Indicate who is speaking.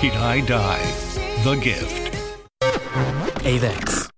Speaker 1: Did I Die? The Gift.
Speaker 2: Avex.